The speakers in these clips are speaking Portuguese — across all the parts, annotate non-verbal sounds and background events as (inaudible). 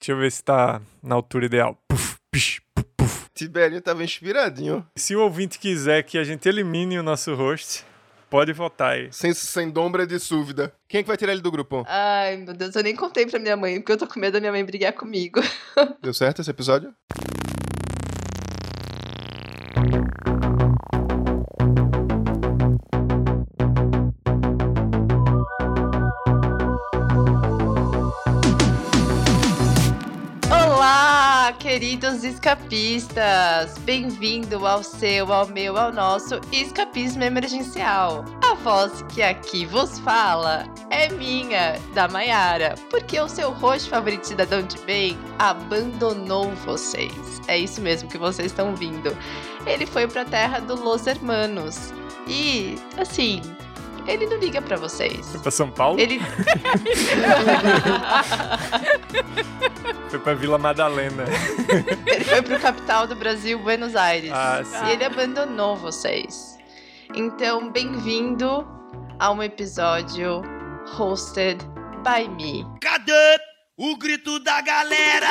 Deixa eu ver se tá na altura ideal. Puf, psh, puf, puf. Tiberinho tava inspiradinho. Se o ouvinte quiser que a gente elimine o nosso host, pode votar aí. Sem, sem dombra de dúvida. Quem é que vai tirar ele do grupo? Ai, meu Deus, eu nem contei pra minha mãe, porque eu tô com medo da minha mãe brigar comigo. (laughs) Deu certo esse episódio? Olá, queridos escapistas! Bem-vindo ao seu, ao meu, ao nosso Escapismo Emergencial. A voz que aqui vos fala é minha, da Maiara, porque o seu rosto favorito cidadão de bem abandonou vocês. É isso mesmo que vocês estão vindo. Ele foi pra terra do Los Hermanos. E, assim, ele não liga pra vocês. Pra São Paulo? Ele Foi pra Vila Madalena. Ele foi pro capital do Brasil, Buenos Aires. Ah, sim. E ele abandonou vocês. Então, bem-vindo a um episódio hosted by me. Cadê o grito da galera?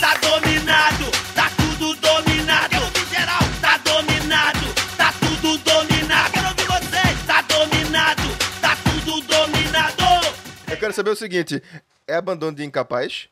Tá dominado, tá tudo dominado. Eu vi geral, tá dominado, tá tudo dominado. Quero ouvir vocês, tá dominado, tá tudo dominado. Eu quero saber o seguinte: é abandono de incapaz?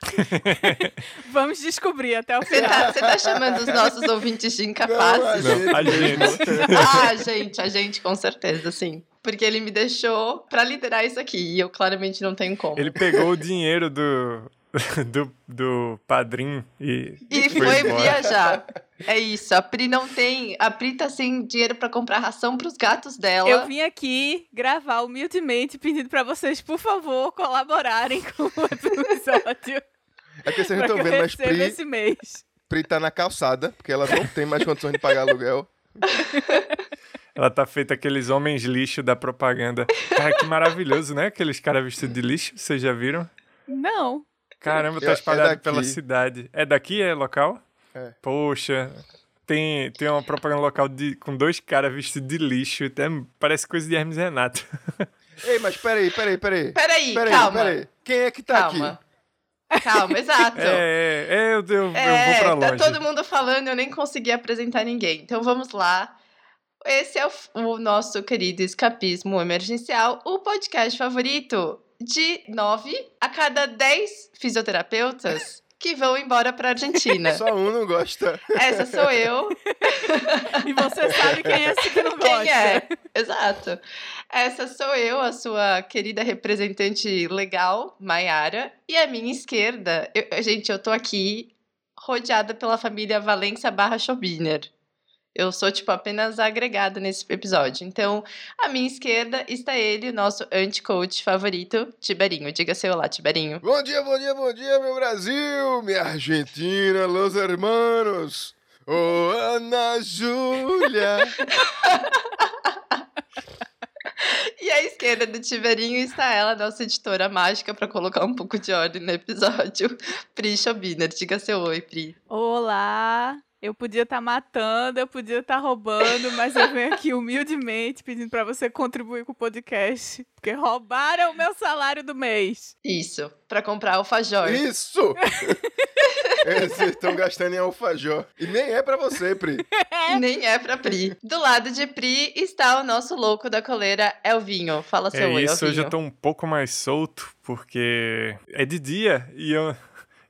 Vamos descobrir até o Você final. tá, você tá chamando os nossos ouvintes de incapazes? a gente. Ah, gente, a gente, com certeza, sim. Porque ele me deixou pra liderar isso aqui e eu claramente não tenho como. Ele pegou o dinheiro do, (laughs) do, do padrinho e. E foi embora. viajar. É isso, a Pri não tem. A Pri tá sem dinheiro pra comprar ração pros gatos dela. Eu vim aqui gravar humildemente pedindo pra vocês, por favor, colaborarem com o (laughs) episódio. É porque vocês não pra estão que eu vendo, mas receba Pri, esse mês. Pri tá na calçada, porque ela não tem mais condições de pagar aluguel. Ela tá feita aqueles homens lixo da propaganda. Cara, que maravilhoso, né? Aqueles caras vestidos de lixo, vocês já viram? Não. Caramba, É- tá é espalhado daqui. pela cidade. É daqui? É local? É. Poxa, tem, tem uma propaganda local de, com dois caras vestidos de lixo. Até parece coisa de Hermes e (laughs) Renato. Ei, mas peraí, peraí, peraí. Peraí, Peraí, calma. peraí. Quem é que tá Calma. aqui? Calma, (laughs) exato. É, é, é, eu, eu, É, eu vou pra tá longe. todo mundo falando, eu nem consegui apresentar ninguém. Então vamos lá. Esse é o, f- o nosso querido Escapismo Emergencial, o podcast favorito de nove a cada dez fisioterapeutas que vão embora pra (laughs) Argentina. Só um não gosta. Essa sou eu. E você sabe quem é esse que (laughs) não gosta. Quem é? Exato. Essa sou eu, a sua querida representante legal, Maiara. E à minha esquerda, eu- eu- gente, eu tô aqui rodeada pela família Valença barra Schobiner. Eu sou, tipo, apenas agregada nesse episódio. Então, à minha esquerda está ele, o nosso anti-coach favorito, Tiberinho. Diga seu olá, Tiberinho. Bom dia, bom dia, bom dia, meu Brasil, minha Argentina, los hermanos. Ô, Ana Júlia. E à esquerda do Tiberinho está ela, nossa editora mágica, para colocar um pouco de ordem no episódio, (laughs) Pri Schobiner. Diga seu oi, Pri. Olá. Eu podia estar matando, eu podia estar roubando, mas eu venho aqui humildemente pedindo pra você contribuir com o podcast, porque roubaram o meu salário do mês. Isso, pra comprar alfajor. Isso! Eles estão gastando em alfajor. E nem é pra você, Pri. E nem é pra Pri. Do lado de Pri está o nosso louco da coleira, Elvinho. Fala seu É oi, isso, hoje Elvinho. eu tô um pouco mais solto, porque é de dia e eu,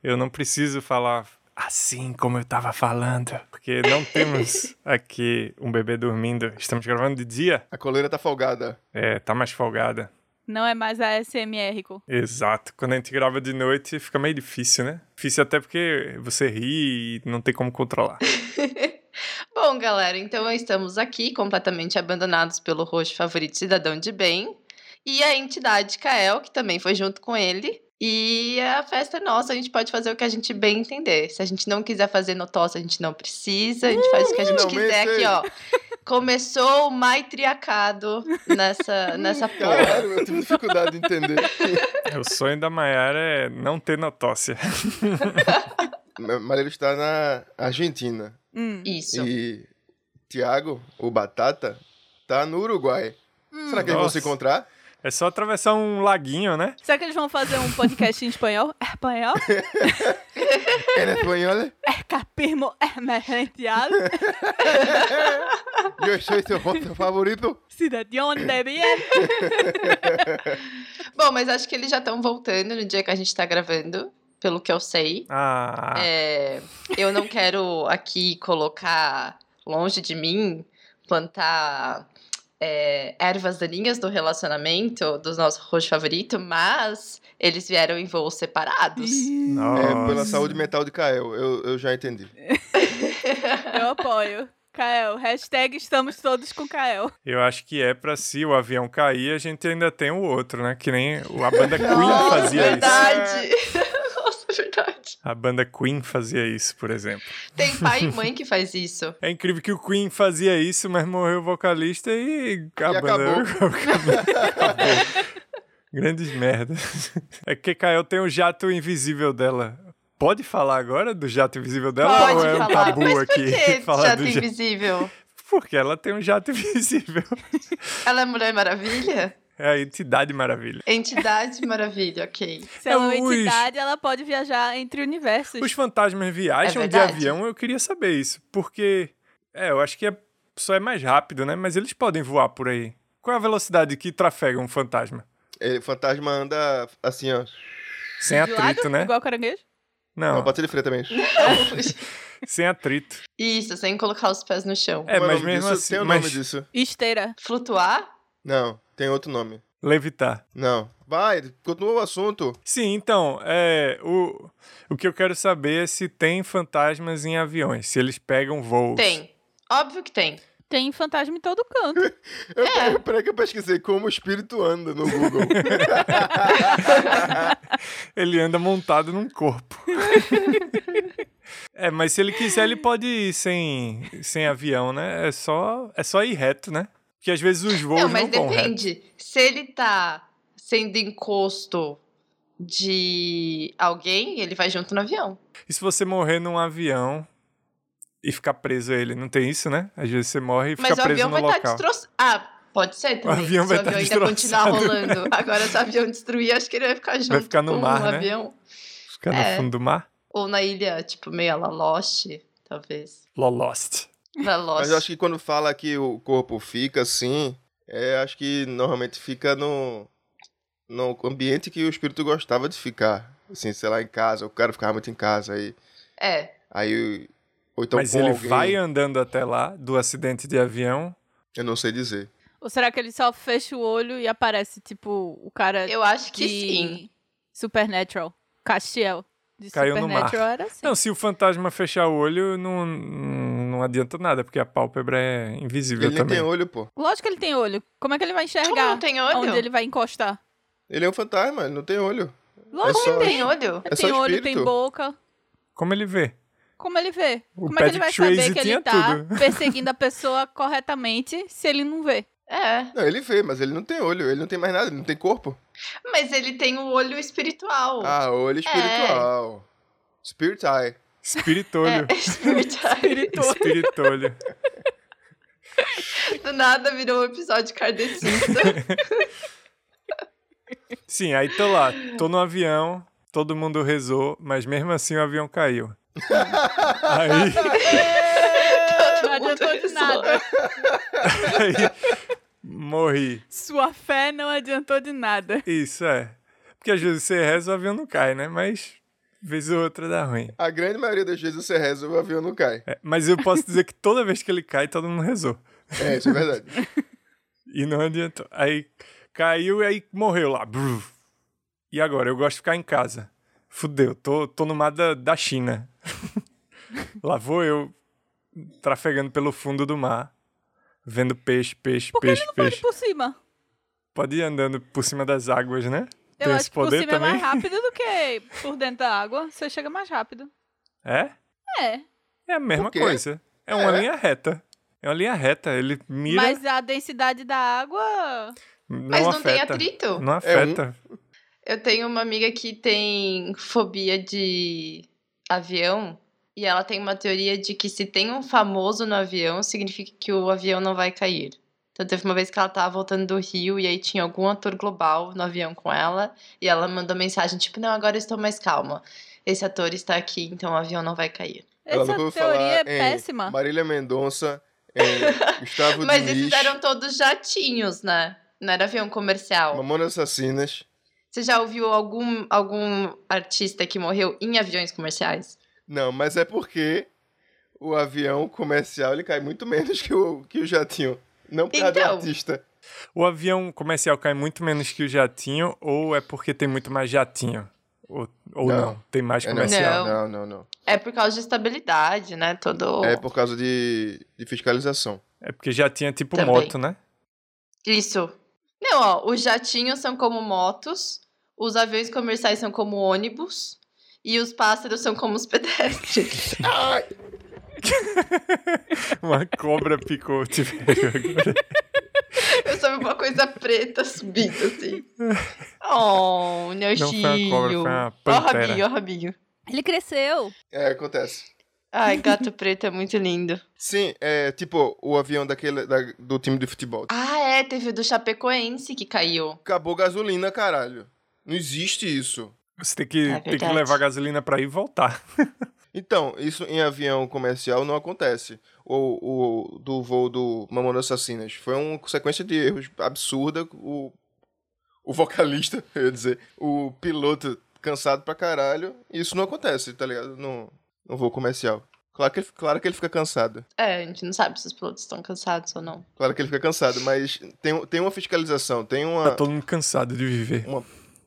eu não preciso falar assim como eu tava falando, porque não temos (laughs) aqui um bebê dormindo. Estamos gravando de dia, A coleira tá folgada. é, tá mais folgada. Não é mais a SMR, Co. Exato. Quando a gente grava de noite, fica meio difícil, né? Difícil até porque você ri e não tem como controlar. (laughs) Bom, galera, então estamos aqui completamente abandonados pelo roxo favorito cidadão de bem e a entidade Kael, que também foi junto com ele. E a festa é nossa, a gente pode fazer o que a gente bem entender. Se a gente não quiser fazer no tosse, a gente não precisa, a gente faz o que a gente Finalmente. quiser aqui, ó. Começou o maitriacado nessa, nessa porra. Caralho, eu tive dificuldade de entender. o sonho da Mayara é não ter notócia. Ma- Marília está na Argentina. Hum. Isso. E Tiago, o Batata, tá no Uruguai. Será que eles vão se Nossa. encontrar? É só atravessar um laguinho, né? Será que eles vão fazer um podcast em espanhol? É espanhol? En espanhol, né? É capismo (laughs) emergencial? yo soy tu host favorito. Cidadão de bien? Bom, mas acho que eles já estão voltando no dia que a gente tá gravando, pelo que eu sei. Ah, É, eu não quero aqui colocar longe de mim, plantar é, ervas daninhas do relacionamento dos nossos roxo favorito, mas eles vieram em voos separados. É, nossa. pela saúde mental de Kael, eu, eu já entendi. Eu apoio. Kael, hashtag estamos todos com Kael. Eu acho que é pra se o avião cair, a gente ainda tem o outro, né? Que nem o- a (laughs) banda Queen Nossa, fazia isso. verdade. (laughs) Nossa, verdade. A banda Queen fazia isso, por exemplo. Tem pai e mãe que faz isso. É incrível que o Queen fazia isso, mas morreu o vocalista e a E banda acabou. (laughs) acabou. Grandes merdas. É que Kael tem o jato invisível dela. Pode falar agora do jato invisível dela Pode ou é um falar. tabu Mas por aqui que (laughs) falar jato do jato? invisível? Porque ela tem um jato invisível. Ela é Mulher Maravilha? É a entidade maravilha. Entidade Maravilha, ok. Se ela é uma É, os- entidade, ela pode viajar entre universos. Os fantasmas viajam É de verdade. avião, eu queria saber isso. Porque, é, eu acho que é, só é mais rápido, né? Mas eles podem voar por aí. Qual é a velocidade que trafega um fantasma? Ele, fantasma anda assim, ó. Sem de um atrito, lado, né? igual caranguejo. Não, Não, É, pode ser de frente também. sem atrito. Isso, sem colocar os pés no chão. É, Qual o mas nome mesmo disso? assim, Tem o mas nome disso? Esteira. Flutuar? Não, tem outro nome. levitar. Não. Vai, continua o assunto. Sim, então, é, o, o que eu quero saber é se tem fantasmas em aviões, se eles pegam voos. Tem. Óbvio que tem. Tem fantasma em todo canto. Eu, é. Peraí que eu pesquisei como o espírito anda no Google. Ele anda montado num corpo. (laughs) é, mas se ele quiser, ele pode ir sem, sem avião, né? É só, é só ir reto, né? Porque às vezes os voos não, não, mas vão reto. depende. Se ele tá sendo encosto de alguém, ele vai junto no avião. E se você morrer num avião e ficar preso a ele? Não tem isso, né? Às vezes você morre e fica mas o preso avião no vai estar local. tá destroçado. Ah, pode ser também. avião se vai o tá avião ainda continuar destroçado. rolando. Agora, se o avião destruir, acho que ele vai ficar junto ficar no com mar, o né? avião. Fica no É. fundo do mar. Ou na ilha, tipo, meio a la Lost, talvez. Lolost. La Lost. Mas eu acho que quando fala que o corpo fica assim, é, acho que normalmente fica no, no ambiente que o espírito gostava de ficar. Assim, sei lá, em casa. O cara ficava muito em casa. Aí, É. aí ou então mas com ele alguém, vai andando até lá do acidente de avião. Eu não sei dizer. Ou será que ele só fecha o olho e aparece, tipo, o cara Eu acho que de sim. Supernatural. Castiel. De Caiu no mar. Supernatural era assim. Não, se o fantasma fechar o olho, não, não adianta nada, porque a pálpebra é invisível ele nem também. tem olho, pô. Lógico que ele tem olho. Como é que ele vai Como não enxergar tem onde olho? ele vai encostar? Ele é um fantasma, ele não tem olho. É Lógico só- que Tem olho? É só tem olho, tem espírito. boca. Como ele vê? Como ele vê? O Como é que ele vai Patrick Swayze saber que tinha ele tá tudo. (laughs) (laughs) perseguindo a pessoa corretamente se ele não vê? É. Não, ele vê, mas ele não tem olho. Ele não tem mais nada, ele não tem corpo. Mas ele tem o olho espiritual. Ah, olho espiritual. É. Spirit eye. Spiritolho. É, (laughs) espiritual. Spiritolho. Do nada virou um episódio (laughs) kardecista. Sim, aí tô lá, tô no avião, todo mundo rezou, mas mesmo assim o avião (laughs) caiu. aí, É, Não adiantou de nada. aí morri. Sua fé não adiantou de nada. Isso é. Porque às vezes você reza o avião não cai, né? Mas vez ou outra dá ruim. A grande maioria das vezes você reza e o avião não cai. É, mas eu posso dizer que toda vez que ele cai, todo mundo rezou. É, (laughs) isso é verdade. E não adiantou. Aí caiu e aí morreu lá. Brum. E agora? Eu gosto de ficar em casa. Fudeu, tô, tô no mar da, da China. (laughs) lá vou eu trafegando pelo fundo do mar, vendo peixe, peixe, Por que peixe, ele não pode peixe. ir por cima? Pode ir andando por cima das águas, né? Eu Tem acho esse que por poder cima é também? (laughs) mais rápido do que por dentro da água. Você chega mais rápido. É? É. É a mesma Por quê? coisa. É uma É. linha reta. É uma linha reta. Ele mira, Mas a densidade da água. não Mas não tem afeta. atrito. É um Não afeta. Eu tenho uma amiga que tem fobia de avião. E ela tem uma teoria de que se tem um famoso no avião, significa que o avião não vai cair. Então teve uma vez que ela tava voltando do Rio e aí tinha algum ator global no avião com ela e ela mandou mensagem tipo, não, agora eu estou mais calma. Esse ator está aqui, então o avião não vai cair. Ela Essa nunca ouviu teoria falar é em péssima. Marília Mendonça, (laughs) em Gustavo Mas Diniz, esses eram todos jatinhos, né? Não era avião comercial. Mamonas Assassinas. Você já ouviu algum, algum artista que morreu em aviões comerciais? Não, mas é porque o avião comercial ele cai muito menos que o, que o jatinho. Não por causa do Então. artista. O avião comercial cai muito menos que o jatinho, ou é porque tem muito mais jatinho? Ou, ou Não. não. tem mais É, não, comercial. não, não, não. É por causa de estabilidade, né? Todo. Oh. É por causa de, de fiscalização. É porque jatinho é tipo Também. moto, né? (laughs) Isso. Não, ó, os jatinhos são como motos, os aviões comerciais são como ônibus e os pássaros são como os (laughs) pedestres. Uma cobra picou tipo, o Tiberio agora. Eu soube uma coisa preta subindo (laughs) assim. Oh, Não foi uma nojinho. cobra, foi uma Ó pantera. o rabinho, ó o rabinho. Ele cresceu. É, acontece. Ai, gato preto é muito lindo. Sim, é tipo o avião daquele, da- do time de futebol. Ah, é, teve o do Chapecoense que caiu. Acabou gasolina, caralho. Não existe isso. (laughs) Você tem que, É tem que verdade. levar gasolina pra ir e voltar. Então, isso em avião comercial não acontece. O, o do voo do Mamonas Assassinas foi uma sequência de erros absurda. O, o vocalista, (laughs) eu ia dizer, o piloto cansado pra caralho. Isso não acontece, tá ligado? No, no voo comercial. Claro que, ele- claro que ele fica cansado. É, a gente não sabe se os pilotos estão cansados ou não. Claro que ele fica cansado, mas tem, tem uma fiscalização, tem Tá uma todo mundo cansado de viver.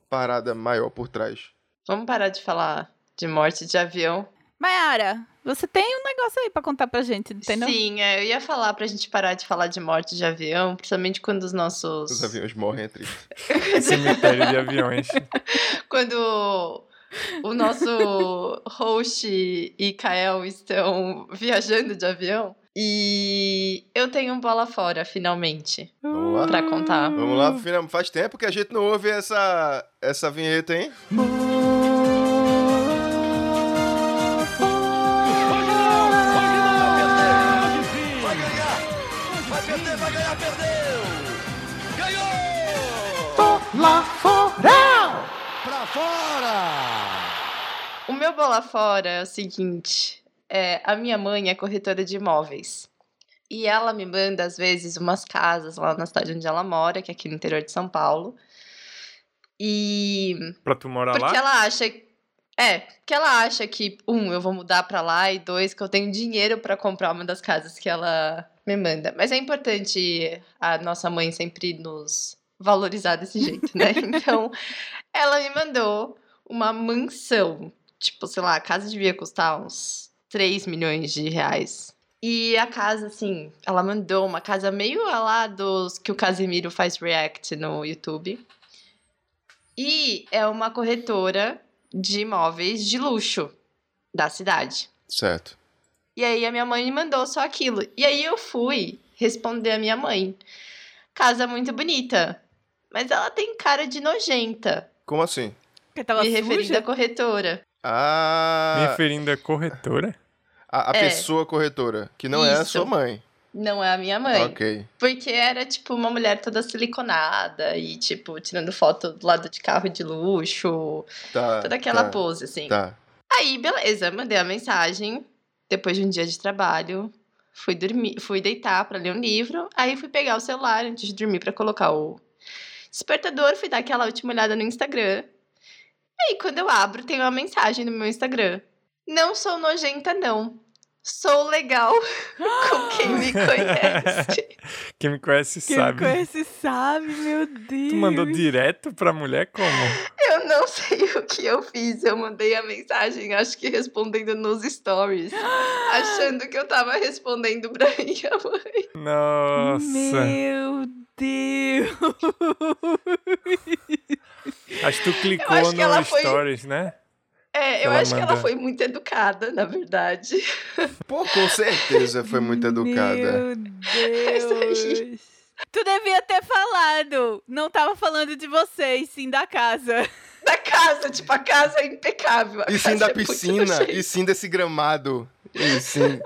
parada maior por trás. Vamos parar de falar de morte de avião. Mayara, você tem um negócio aí pra contar pra gente, não tem não? Sim, é, eu ia falar pra gente parar de falar de morte de avião, principalmente quando os nossos. Os aviões morrem, é triste. Cemitério de aviões. (laughs) quando o nosso host e Kael estão viajando de avião. E eu tenho um bola fora, finalmente, Vamos lá? pra contar. Vamos lá, final- faz tempo que a gente não ouve essa, essa vinheta, hein? O meu bola fora é o seguinte: é, a minha mãe é corretora de imóveis. E ela me manda, às vezes, umas casas lá na cidade onde ela mora, que é aqui no interior de São Paulo. E Pra tu morar Porque lá? ela acha. É, porque ela acha que, um, eu vou mudar pra lá, e dois, que eu tenho dinheiro pra comprar uma das casas que ela me manda. Mas é importante a nossa mãe sempre nos valorizar desse jeito, né? Então, ela me mandou uma mansão. Tipo, sei lá, a casa devia custar uns 3 milhões de reais. E a casa, assim, ela mandou uma casa meio a lá dos que o Casimiro faz react no YouTube. E é uma corretora de imóveis de luxo da cidade. Certo. E aí a minha mãe me mandou só aquilo. E aí eu fui responder a minha mãe. Casa muito bonita, mas ela tem cara de nojenta. Como assim? Porque tava me referindo à suja? corretora. Me Ah, referindo à é corretora? a, a É. pessoa corretora, que não é a Isso. sua mãe. Não é a minha mãe. Ok. Porque era, tipo, uma mulher toda siliconada e, tipo, tirando foto do lado de carro de luxo. Tá. Toda aquela tá, pose, assim. Tá. Aí, beleza, mandei a mensagem. Depois de um dia de trabalho, fui dormir, fui deitar pra ler um livro. Aí fui pegar o celular antes de dormir pra colocar o despertador, fui dar aquela última olhada no Instagram. Aí quando eu abro, tem uma mensagem no meu Instagram. Não sou nojenta não. Sou legal (laughs) com quem me conhece. Quem me conhece Quem me sabe. conhece sabe, meu Deus. Tu mandou direto pra mulher como? Eu não sei o que eu fiz. Eu mandei a mensagem, acho que respondendo nos stories, achando que eu tava respondendo pra minha mãe. Nossa. Meu Deus. Acho que tu Eu acho clicou que no ela foi- Stories, né? É, eu Ela acho que manda. ela foi muito educada, na verdade. (laughs) Pô, com certeza foi muito educada. Meu Deus. Tu devia ter falado. Não tava falando de vocês, sim (laughs) da casa. Da casa, tipo, a casa é impecável. a E sim casa é da muito piscina, nojenta. e sim desse gramado. E sim.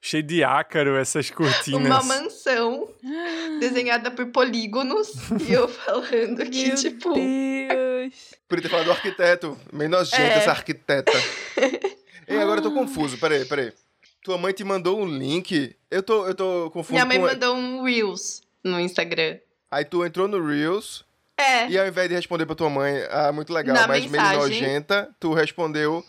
cheio de ácaro essas cortinas. Uma mansão Ah. desenhada por polígonos (laughs) e eu falando que, Meu tipo, (laughs) Deus. Podia ter falado do arquiteto. Meio nojenta É. Ah. essa arquiteta. Ei, agora eu tô confuso. Peraí, peraí. Tua mãe te mandou um link. Eu tô, eu tô confuso minha mãe com... mandou um Reels no Instagram. Aí tu entrou no Reels É, e ao invés de responder pra tua mãe, ah, muito legal, Na mas meio mensagem. nojenta, tu respondeu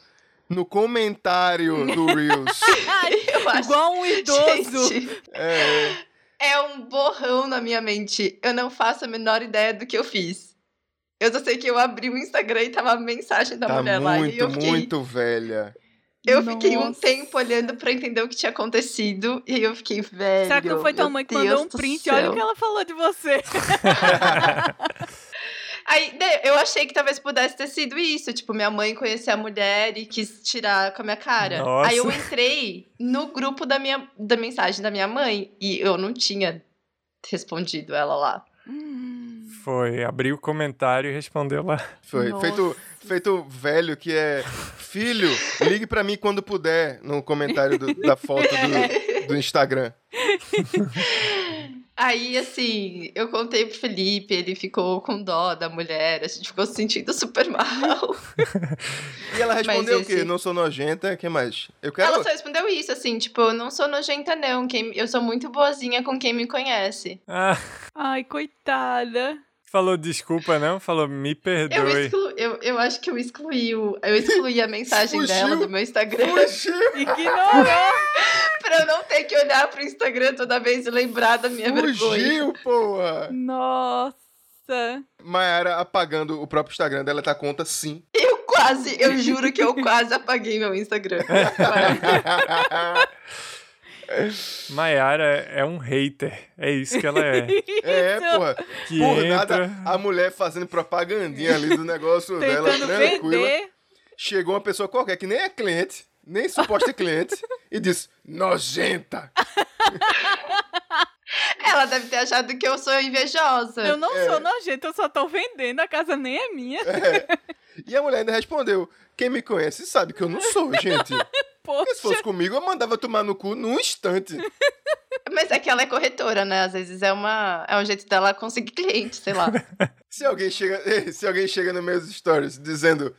no comentário do (laughs) Reels. eu acho. Ah, Igual um idoso. Gente, é, é. é um borrão na minha mente. Eu não faço a menor ideia do que eu fiz. Eu só sei que eu abri o Instagram e tava a mensagem da tá mulher lá. e muito, eu fiquei, muito velha. eu fiquei um Nossa. tempo olhando pra entender o que tinha acontecido. E aí eu fiquei, velho. Será que não foi tua meu mãe que Deus mandou um do print? céu. Olha o que ela falou de você. Aí né, eu achei que talvez pudesse ter sido isso. Tipo, minha mãe conhecia a mulher e quis tirar com a minha cara. Nossa. Aí eu entrei no grupo da, minha, da mensagem da minha mãe e eu não tinha respondido ela lá. Hum. (laughs) Foi, abriu o comentário e respondeu lá. Foi. Nossa. Feito, feito velho que é. Filho, ligue pra mim quando puder no comentário do- da foto do, do Instagram. Aí, assim, eu contei pro Felipe, ele ficou com dó da mulher, a gente ficou se sentindo super mal. E ela respondeu o Mas quê? esse- Não sou nojenta, o que mais? Eu quero. Ela só respondeu isso, assim, tipo, eu não sou nojenta, não. Quem, eu sou muito boazinha com quem me conhece. Ah, Ai, coitada. falou desculpa, não? Falou me Eu, perdoe. exclu, eu, eu acho que eu excluí o, eu excluí a mensagem dela Fugiu. do meu Instagram. Fugiu, Ignorou. (laughs) pra eu não ter que olhar pro Instagram toda vez e lembrar da minha vergonha. fugiu, porra! Nossa. Mayara apagando o próprio Instagram dela, tá conta sim. Eu quase, eu juro que eu quase apaguei meu Instagram. Mayara é um hater. É isso que ela (laughs) é. (laughs) é, Isso. porra. Que Por entra. nada, a mulher fazendo propagandinha ali do negócio dela, Tentando tranquila. vender. Chegou uma pessoa qualquer que nem é cliente, nem suposta cliente, e disse: nojenta! Ela deve ter achado que eu sou invejosa. Eu não É. sou nojenta, eu só tô vendendo. A casa nem é minha. (laughs) E a mulher ainda respondeu: Quem me conhece sabe que eu não sou, gente. Porque se Poxa. fosse comigo, eu mandava tomar no cu num instante. Mas é que ela é corretora, né? Às vezes é, uma, é um jeito dela conseguir cliente, sei lá. Se alguém chega, (laughs) se alguém chega nos meus stories dizendo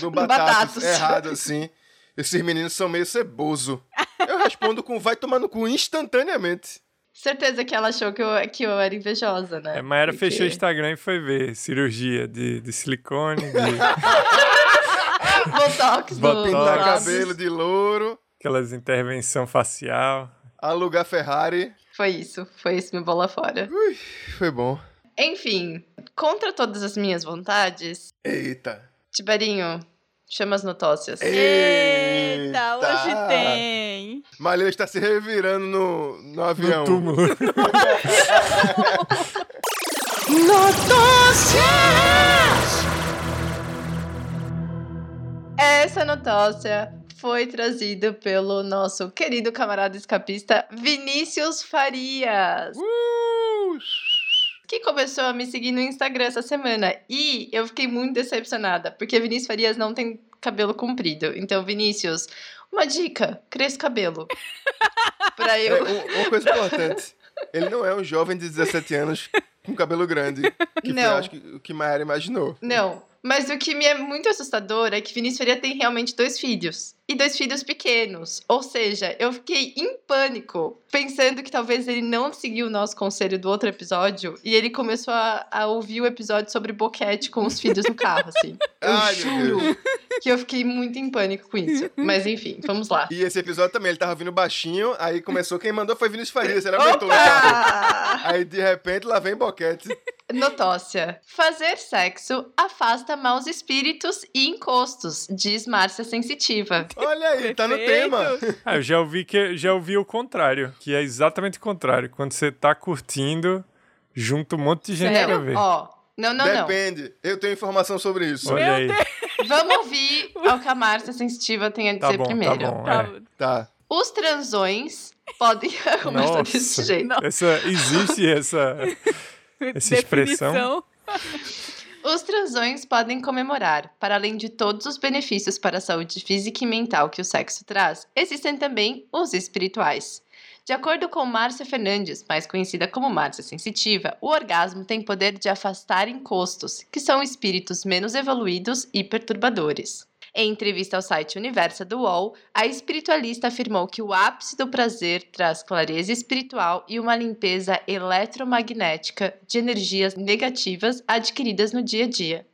do batatas Batatas. errado assim, esses meninos são meio ceboso. Eu respondo com vai tomar no cu instantaneamente. Certeza que ela achou que eu, que eu era invejosa, né? É, Mayara Porque- fechou o Instagram e foi ver. Cirurgia de, de silicone, de (laughs) Botox do, Botox. do Pintar Nossa. lábio. cabelo de louro, aquelas intervenção facial. alugar Ferrari. Foi isso, foi isso meu bola fora. Ui, foi bom. Enfim, contra todas as minhas vontades, Eita. Tiberinho, chama as notócias. Eita, Eita. hoje tem. Malê está se revirando no, no avião. No túmulo. (laughs) Essa notócia foi trazida pelo nosso querido camarada escapista Vinícius Farias, Uh! que começou a me seguir no Instagram essa semana. E eu fiquei muito decepcionada, porque Vinícius Farias não tem cabelo comprido. Então, Vinícius, uma dica: cresça (laughs) o cabelo. pra É, eu. um- uma coisa importante. Ele não é um jovem de 17 anos com cabelo grande. Que foi, Não. acho que, o que Mayara imaginou. Não. Mas o que me é muito assustador é que Vinícius Faria tem realmente dois filhos. E dois filhos pequenos. Ou seja, eu fiquei em pânico, pensando que talvez ele não seguiu o nosso conselho do outro episódio. E ele começou a, a ouvir o episódio sobre boquete com os filhos no carro, assim. Eu Ai, meu juro que eu fiquei muito em pânico com isso. Mas enfim, vamos (laughs) lá. E esse episódio também, ele tava vindo baixinho, aí começou, quem mandou foi Vinícius Farias, ele aumentou o carro. Opa! Aí de repente lá vem boquete. Notócia. Fazer sexo afasta maus espíritos e encostos, diz Márcia Sensitiva. Olha aí, tá no Perfeito. tema. Ah, eu já ouvi que já ouvi o contrário, que é exatamente o contrário. Quando você tá curtindo, junta um monte de gente pra ver. Sério? Ó, não, não, não. Depende. Eu tenho informação sobre isso. Olha aí. Vamos ouvir ao que a Márcia Sensitiva tem a Tá dizer bom, primeiro. tá bom. Tá. é. Tá. Os transões podem (laughs) arrumar desse Nossa. jeito. (laughs) Essa, existe essa. Essa expressão. Definição. Os transões podem comemorar. Para além de todos os benefícios para a saúde física e mental que o sexo traz, existem também os espirituais. De acordo com Márcia Fernandes, mais conhecida como Márcia Sensitiva, o orgasmo tem poder de afastar encostos, que são espíritos menos evoluídos e perturbadores. Em entrevista ao site Universa do UOL, a espiritualista afirmou que o ápice do prazer traz clareza espiritual e uma limpeza eletromagnética de energias negativas adquiridas no dia a dia.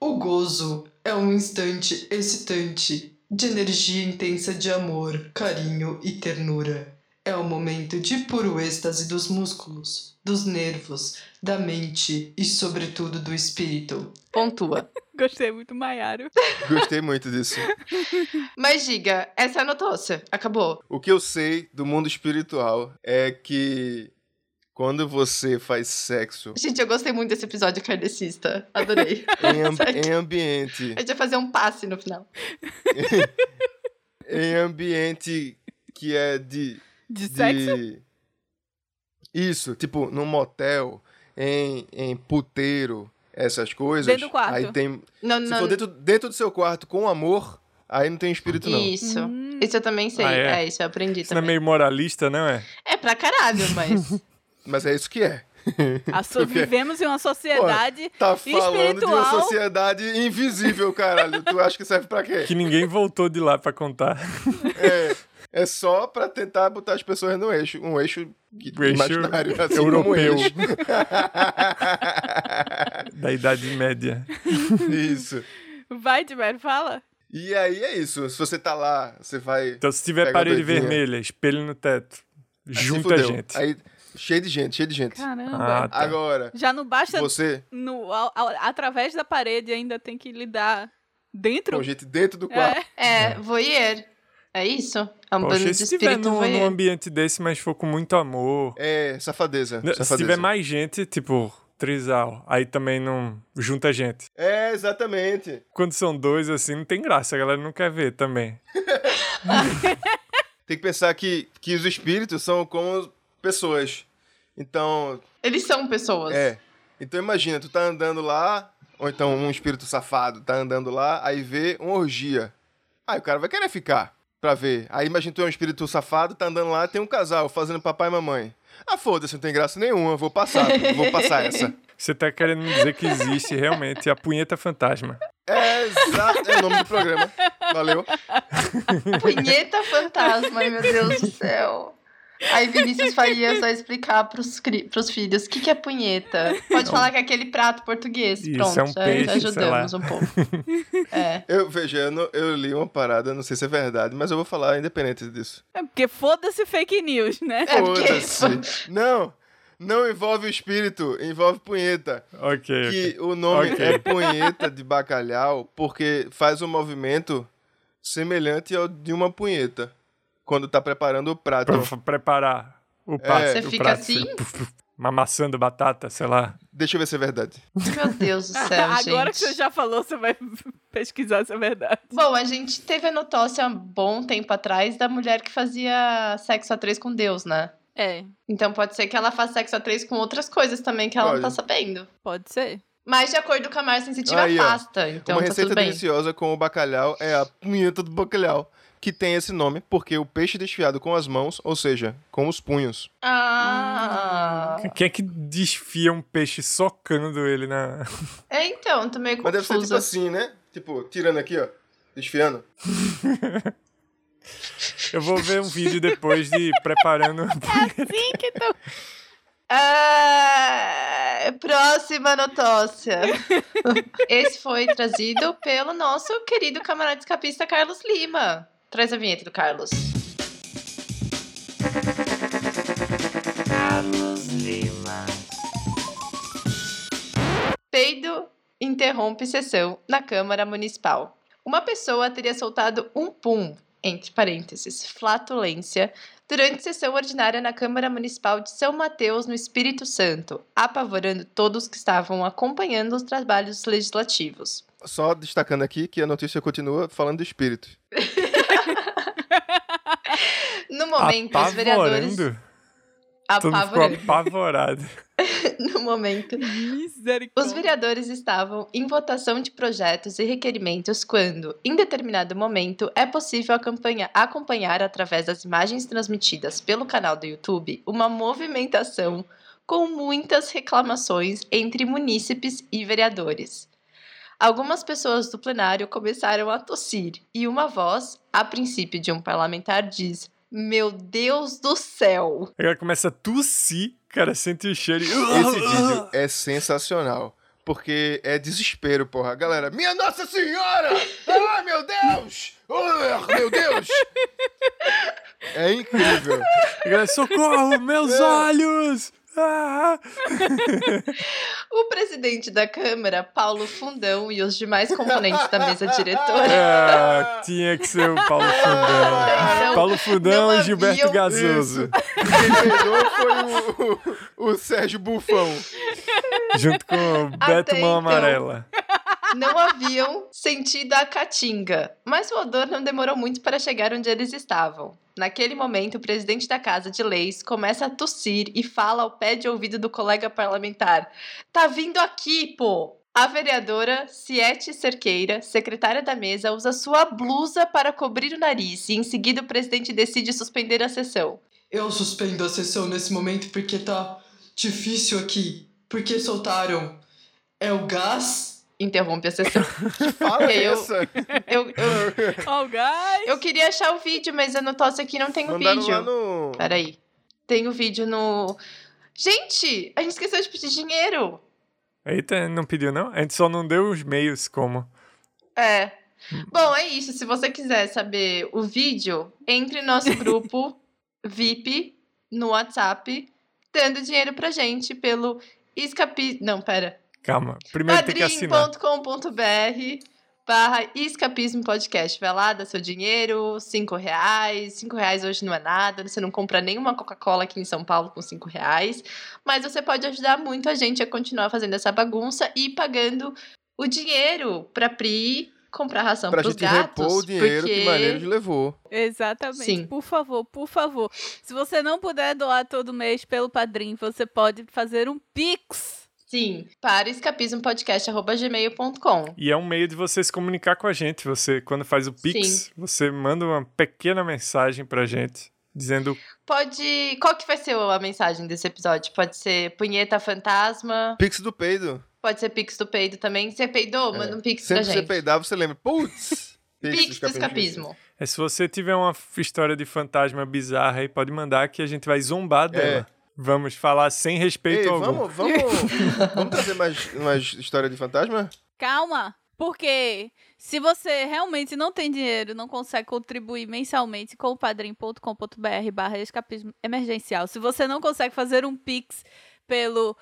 O gozo é um instante excitante de energia intensa de amor, carinho e ternura. É o momento de puro êxtase dos músculos, dos nervos, da mente e, sobretudo, do espírito. (laughs) Pontua. Gostei muito, Maiaro. Gostei muito disso. Mas diga, essa anotou-se. Acabou. O que eu sei do mundo espiritual é que quando você faz (laughs) sexo Gente, eu gostei muito desse episódio kardecista. (laughs) Adorei. em, am- Segue. em ambiente A gente vai fazer um passe no final. em ambiente que é de De sexo? de- Isso, tipo, num motel, em, em puteiro, essas coisas. Dentro do quarto. Aí tem. Não, Se não. for dentro, dentro do seu quarto com amor, aí não tem espírito, não. Isso. (laughs) Hum. Isso eu também sei. Ah, é? é? isso eu aprendi Isso não é também. meio moralista, não é? É pra caralho, (laughs) mas. Mas é isso que é. A so- Porque- Vivemos em uma sociedade. Tá falando de uma Espiritual. sociedade invisível, caralho. tu acha que serve pra (laughs) quê? Que ninguém voltou de lá pra contar. É, é só pra tentar botar as pessoas no eixo. Um eixo, que- O eixo imaginário, assim como europeu. eixo. Da Idade Média. isso. Vai, Tiber, fala. E aí é isso. Se você tá lá, você vai. Então, se tiver Pega a parede doidinha. vermelha, espelho no teto, Aí se junta a fudeu. gente. Aí, cheio de gente, cheio de gente. Caramba. Ah, tá. Agora, Já não basta você no, ao- ao- através da parede, ainda tem que lidar dentro. com gente dentro do quarto. É. É, voyeur. É isso? É um Poxa, bando e de se estiver espírito num, num voyeur. ambiente desse, mas for com muito amor. É, safadeza. Não, Se safadeza. tiver mais gente, tipo, trisal, aí também não junta gente. É, exatamente. Quando são dois, assim, não tem graça, a galera não quer ver também. Tem que pensar que, que os espíritos são como pessoas. Então, Eles são pessoas. (laughs) é. Então imagina, tu tá andando lá, ou então um espírito safado tá andando lá, aí vê uma orgia. Aí o cara vai querer ficar pra ver. Aí imagina tu é um espírito safado, tá andando lá, tem um casal fazendo papai e mamãe. Ah, foda-se, não tem graça nenhuma, vou passar, vou passar essa. Você tá querendo me dizer que existe realmente a punheta fantasma. É, exato, é o nome do programa. Valeu. Punheta fantasma, ai, meu Deus do céu. Aí Vinícius Farias vai explicar pros, cri- pros filhos o que, que é punheta. Pode falar que é aquele prato português. Isso, Pronto, é um já, peixe, já sei ajudamos um pouco. É. Eu, veja, eu, não- eu li uma parada, não sei se é verdade, mas eu vou falar independente disso. É porque foda-se fake news, né? É porque- Foda-se. Não, não envolve o espírito, envolve punheta. (laughs) Ok, ok. Que o nome Ok. é punheta de bacalhau porque faz um movimento semelhante ao de uma punheta quando tá preparando o prato. Pra f- preparar o prato. É. Você o fica prato, assim? Uma maçã do batata, sei lá. Deixa eu ver se é verdade. Meu Deus do céu, Ah, (laughs) Agora que Então, gente. você já falou, você vai (laughs) pesquisar se é verdade. Bom, a gente teve a notócia há um bom tempo atrás da mulher que fazia sexo a três com Deus, né? É, Então pode ser que ela faça sexo a três com outras coisas também que ela não tá Olha. sabendo. pode ser. Mas de acordo com a Márcia Sensitiva, Aí, ó. afasta. Então uma tá tudo receita bem. deliciosa com o bacalhau é a punheta do bacalhau, que tem esse nome porque o peixe desfiado com as mãos, ou seja, com os punhos. Ah. Quem é que desfia um peixe socando ele na. É, então, tô meio Mas deve ser tipo confusa. assim, né? Tipo, tirando aqui, ó, desfiando. Eu vou ver um vídeo depois de (laughs) preparando. É Sim, que tô... Ah, próxima notócia. Esse foi trazido pelo nosso querido camarada escapista Carlos Lima. Traz a vinheta do Carlos. Peido interrompe sessão na Câmara Municipal. Uma pessoa teria soltado um pum, entre parênteses, flatulência, durante sessão ordinária na Câmara Municipal de São Mateus, no Espírito Santo, apavorando todos que estavam acompanhando os trabalhos legislativos. Só destacando aqui que a notícia continua falando de espírito. No momento, os vereadores. apavorando. Todo mundo ficou apavorante apavorado. (laughs) no momento. Os Misericórdia. vereadores estavam em votação de projetos e requerimentos quando, em determinado momento, é possível acompanha- acompanhar, através das imagens transmitidas pelo canal do YouTube, uma movimentação com muitas reclamações entre munícipes e vereadores. Algumas pessoas do plenário começaram a tossir e uma voz, a princípio de um parlamentar, diz: Meu Deus do céu! Agora começa a tossir, o cara sente o cheiro e... (laughs) Esse vídeo é sensacional. Porque é desespero, porra. Galera, minha Nossa Senhora! Ah, meu Deus! Ah, meu Deus! É incrível. Agora, socorro, É. meus olhos! Ah! O presidente da Câmara, Paulo Fundão, e os demais componentes da mesa (laughs) diretora É. Ah, tinha que ser o Paulo Fundão. Não, Paulo Fundão Então, não e Gilberto haviam- Gazoso. Quem ganhou foi o, o, o Sérgio Bufão. Junto com o (laughs) Beto Até Mão então. Amarela. não haviam sentido a caatinga, mas o odor não demorou muito para chegar onde eles estavam. Naquele momento, o presidente da Casa de Leis começa a tossir e fala ao pé de ouvido do colega parlamentar: Tá vindo aqui, pô! A vereadora Ciete Cerqueira, secretária da mesa, usa sua blusa para cobrir o nariz e em seguida o presidente decide suspender a sessão. Eu suspendo a sessão nesse momento porque tá difícil aqui. Porque soltaram. É o gás? Interrompe a sessão. Fala Eu- essa. Eu, eu, Oh, guys. eu queria achar o vídeo, mas eu não tosse aqui, não tenho Mandaram um vídeo. É, lá no... Peraí. Tem o vídeo no. Gente, a gente esqueceu de pedir dinheiro. Eita, não pediu não? A gente só não deu os meios como. É. Bom, é isso. Se você quiser saber o vídeo, entre (laughs) no nosso grupo VIP no WhatsApp, dando dinheiro pra gente pelo escapi... Não, pera. Calma, primeiro tem que assinar. padrim.com.br barra escapismo podcast. Vai lá, dá seu dinheiro, cinco reais. Cinco reais hoje não é nada, você não compra nenhuma Coca-Cola aqui em São Paulo com cinco reais. Mas você pode ajudar muito a gente a continuar fazendo essa bagunça e pagando o dinheiro pra Pri comprar ração Pra um pros gente gatos. repor o dinheiro porque... que Maneiros levou. Exatamente. Sim. Por favor, por favor. Se você não puder doar todo mês pelo padrinho, você pode fazer um pix. Sim, para escapismopodcast.gmail.com. E é um meio de você se comunicar com a gente. Você, quando faz o Pix, Sim. você manda uma pequena mensagem pra gente dizendo Pode. Qual que vai ser a mensagem desse episódio? Pode ser punheta fantasma? Pix do peido. Pode ser Pix do peido também. Você peidou? É. Manda um Pix Sempre pra que você gente. peidar, você lembra. Putz! Pix do escapismo. É, se você tiver uma f- história de fantasma bizarra aí, pode mandar que a gente vai zombar dela. Vamos falar sem respeito É. Ei, algum. vamos, vamos, vamos trazer mais, mais história de fantasma? Calma. Porque se você realmente não tem dinheiro, não consegue contribuir mensalmente com o padrim.com.br barra escapismo emergencial. Se você não consegue fazer um pix pelo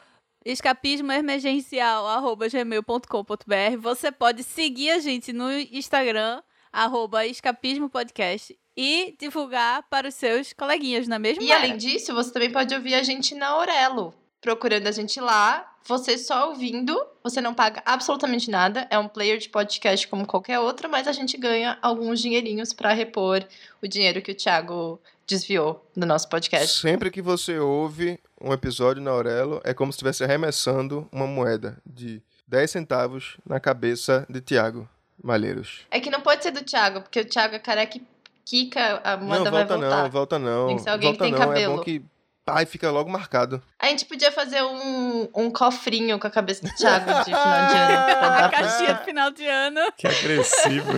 escapismoemergencial.gmail.com.br, você pode seguir a gente no Instagram, arroba escapismo podcast, e divulgar para os seus coleguinhas, não é mesmo? E Mara? além disso, você também pode ouvir a gente na Aurelo. Procurando a gente lá, você só ouvindo, você não paga absolutamente nada. É um player de podcast como qualquer outro, mas a gente ganha alguns dinheirinhos pra repor o dinheiro que o Thiago desviou do nosso podcast. Sempre que você ouve um episódio na Aurelo, é como se estivesse arremessando uma moeda de 10 centavos na cabeça de Tiago Malheiros. É que não pode ser do Thiago, porque o Thiago é careca e quica, a moeda não, vai volta voltar. não, volta não. Tem que ser alguém que volta tem não, é cabelo. bom que pai fica logo marcado. A gente podia fazer um, um cofrinho com a cabeça do Thiago de final (laughs) de ano. pra A dar pra caixinha do final de ano. Que agressivo.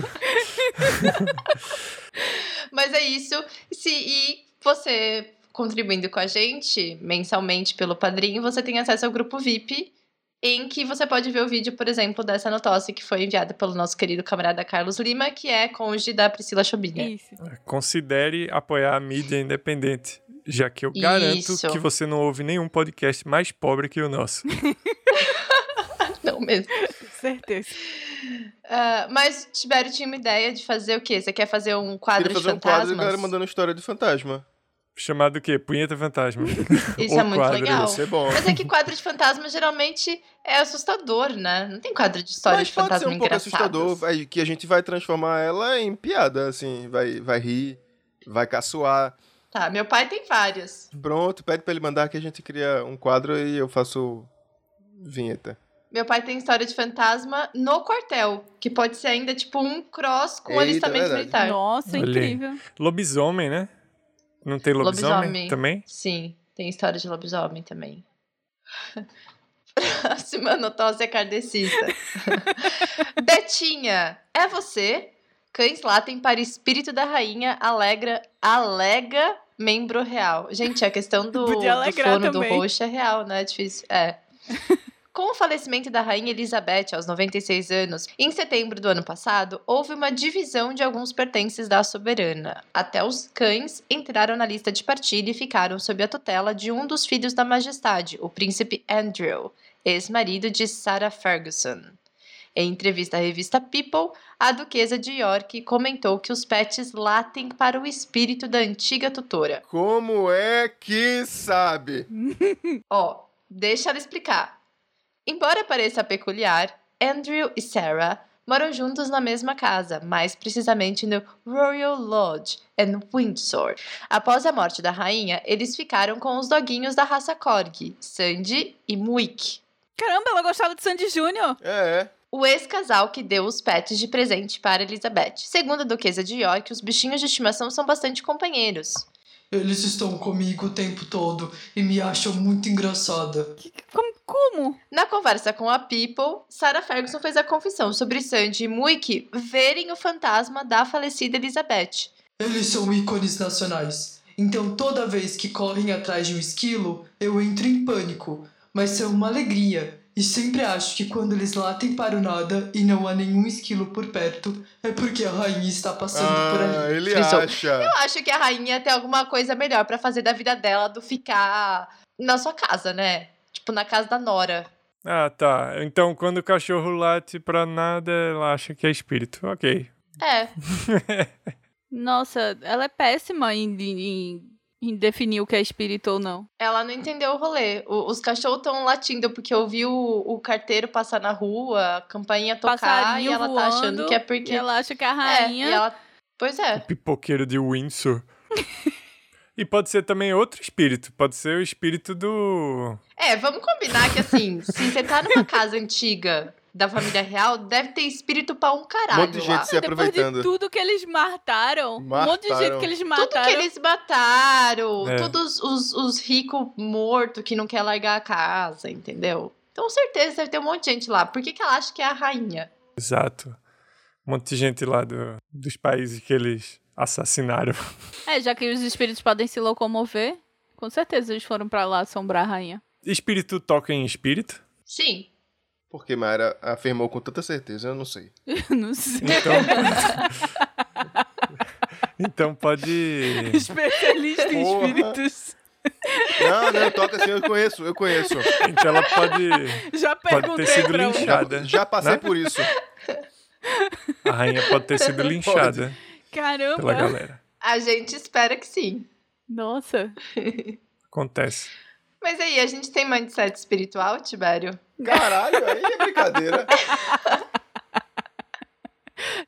Mas é isso. Se, e você contribuindo com a gente mensalmente pelo padrinho, você tem acesso ao grupo VIP, em que você pode ver o vídeo, por exemplo, dessa notócia que foi enviada pelo nosso querido camarada Carlos Lima, que é cônjuge da Priscila Chobinha. Isso. Considere apoiar a mídia independente, já que eu garanto Isso. que você não ouve nenhum podcast mais pobre que o nosso. Não mesmo. Certeza. Ah, mas Tibério tinha uma ideia de fazer o quê? Você quer fazer um quadro Queria fazer de um quadro e a fantasmas? galera mandando história de fantasma. Chamado o quê? Punheta Fantasma. Isso Ou é muito quadro, legal. Ia ser bom. Mas é que quadro de fantasma geralmente é assustador, né? Não tem quadro de história Mas de pode ser fantasma um pouco engraçado. assustador, vai- que a gente vai transformar ela em piada, assim, vai, vai rir, vai caçoar, Tá, meu pai tem vários. Pronto, pede pra ele mandar que a gente cria um quadro e eu faço vinheta. Meu pai tem história de fantasma no quartel, que pode ser ainda tipo um cross com Eita, é alistamento verdade. militar. Nossa, Olha aí. incrível. Lobisomem, né? Não tem lobisomem, Lobisomem. também? Sim, tem história de lobisomem também. Próxima notócia kardecista. (laughs) Betinha, é você? Cães latem para espírito da rainha alegra, alega membro real. Gente, a questão do, Podia do alegrar fono do também. roxo é real, né? É difícil. É. Com o falecimento da rainha Elizabeth aos 96 anos, em setembro do ano passado, houve uma divisão de alguns pertences da soberana. Até os cães entraram na lista de partilha e ficaram sob a tutela de um dos filhos da majestade, o príncipe Andrew, ex-marido de Sarah Ferguson. Em entrevista à revista People, a duquesa de York comentou que os pets latem para o espírito da antiga tutora. Como é que sabe? Ó, deixa ela explicar. Embora pareça peculiar, Andrew e Sarah moram juntos na mesma casa, mais precisamente no Royal Lodge, em Windsor. Após a morte da rainha, eles ficaram com os doguinhos da raça Corgi, Sandy e Muick. Caramba, ela gostava de Sandy Júnior. É, é. O ex-casal que deu os pets de presente para Elizabeth. Segundo a duquesa de York, os bichinhos de estimação são bastante companheiros. Eles estão comigo o tempo todo e me acham muito engraçada. Que- como? como? Na conversa com a People, Sarah Ferguson fez a confissão sobre Sandy e Muick verem o fantasma da falecida Elizabeth. Eles são ícones nacionais. Então toda vez que correm atrás de um esquilo, eu entro em pânico. Mas são uma alegria. E sempre acho que quando eles latem para o nada e não há nenhum esquilo por perto, é porque a rainha está passando por Ah, ali. ele Frisou. acha. Eu acho que a rainha tem alguma coisa melhor pra fazer da vida dela do ficar na sua casa, né? Tipo, na casa da Nora. Ah, tá. Então, quando o cachorro late pra nada, ela acha que é espírito. Ok. É, Nossa, ela é péssima em, em- em definir o que é espírito ou não. ela não entendeu o rolê. O- os cachorros estão latindo porque eu vi o, o carteiro passar na rua, a campainha tocar Passarinho e ela voando, tá achando que é porque. E ela acha que a É, rainha... e ela... Pois é. Pipoqueiro de Windsor. e pode ser também outro espírito. Pode ser o espírito do. É, vamos combinar que (laughs) assim, se você tá numa casa antiga da família real, deve ter espírito pra um Um caralho monte de lá. gente se Depois de aproveitando. tudo que eles mataram, um monte de Mataram. gente que eles Tudo que mataram, eles mataram, É. todos os, os ricos mortos que não quer largar a casa, entendeu? Então, certeza deve ter um monte de gente lá. Por que, que ela acha que é a rainha? Exato. Um monte de gente lá do- dos países que eles assassinaram. (laughs) É, já que os espíritos podem se locomover, com certeza eles foram pra lá assombrar a rainha. Espírito toca em espírito? Sim. Porque Mayra afirmou com tanta certeza, eu não sei. Não sei. Então. (laughs) então pode. (laughs) Especialista em Porra. espíritos. Não, não, toca assim, eu conheço, eu conheço. Então ela pode. Já Pode ter perguntei sido pra um. linchada. Já, já passei Né? por isso. A rainha pode ter sido linchada pela Caramba. galera. A gente espera que sim. Nossa. Acontece. Mas aí, a gente tem mindset espiritual, Tibério? Caralho, aí é brincadeira.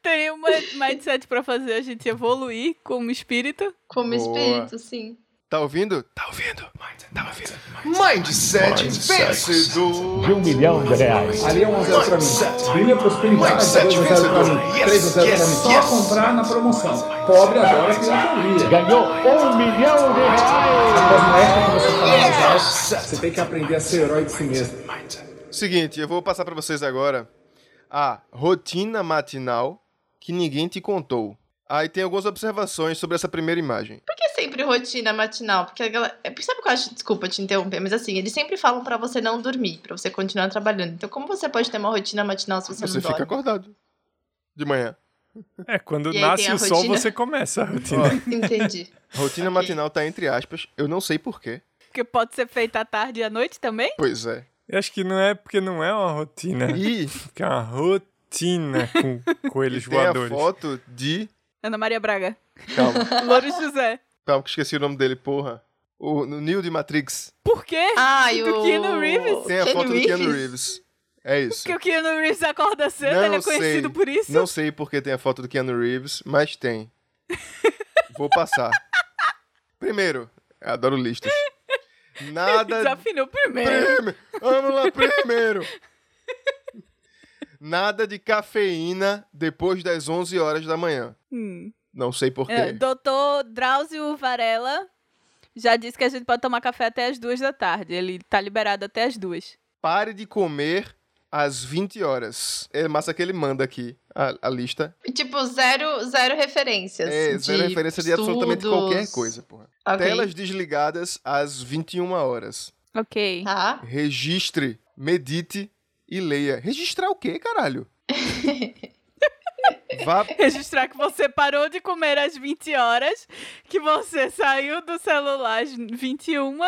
Teria um mind- mindset pra fazer a gente evoluir como espírito. Como Boa. espírito, sim. Tá ouvindo? Tá ouvindo. Tá ouvindo. Mindset, vencedor. de um milhão de reais. Ali é um a zero pra mim. Brilha prosperidade, Mindset 2 a 0 pra mim. vencedor. 3 a 0 pra mim. Só Yes, comprar na promoção. Pobre adora pirataria. Ganhou um milhão de reais! Mas não é quando você fala mais alto, você tem que aprender a ser herói de si mesmo. Seguinte, eu vou passar pra vocês agora a rotina matinal que ninguém te contou. Aí tem algumas observações sobre essa primeira imagem. Por que é sempre rotina matinal? Porque a galera... é, Sabe o que eu acho? Desculpa te interromper, mas assim, eles sempre falam pra você não dormir, pra você continuar trabalhando. Então, como você pode ter uma rotina matinal se você, Você não fica dorme? acordado de manhã. É, quando E aí nasce tem a o sol, rotina. você começa a rotina. Ó, (laughs) Entendi. rotina Ok. matinal tá entre aspas. Eu não sei porquê. Porque pode ser feita à tarde e à noite também? Pois é. Eu acho que não é porque não é uma rotina. E Porque é uma rotina com coelhos tem a voadores. foto de. Ana Maria Braga. Calma, Louro José. calma, que esqueci o nome dele, porra. O no Neo de Matrix. Por quê? Ah, Ai, Do Ah, o... Keanu Reeves? Tem a foto do Keanu Reeves. É isso. Porque o Keanu Reeves acorda cedo, Não ele é conhecido sei. por isso. (laughs) Não sei porque tem a foto do Keanu Reeves, mas tem. Vou passar. Primeiro, eu adoro listas. Nada Desafinou primeiro. Prêmio! Vamos lá, primeiro! Nada de cafeína depois das 11 horas da manhã. Hum. Não sei porquê. É, Doutor Drauzio Varela já disse que a gente pode tomar café até as duas da tarde. Ele tá liberado até as duas. Pare de comer às 20 horas. É massa que ele manda aqui, a, a lista. E, Tipo, zero, zero referências. É, zero de referência de absolutamente estudos. qualquer coisa, porra. Ok. Telas desligadas às 21 horas. Ok. Tá. Registre, medite e leia. Registrar o quê, (laughs) caralho? Vá (laughs) Registrar que você parou de comer às 20 horas, que você saiu do celular às 21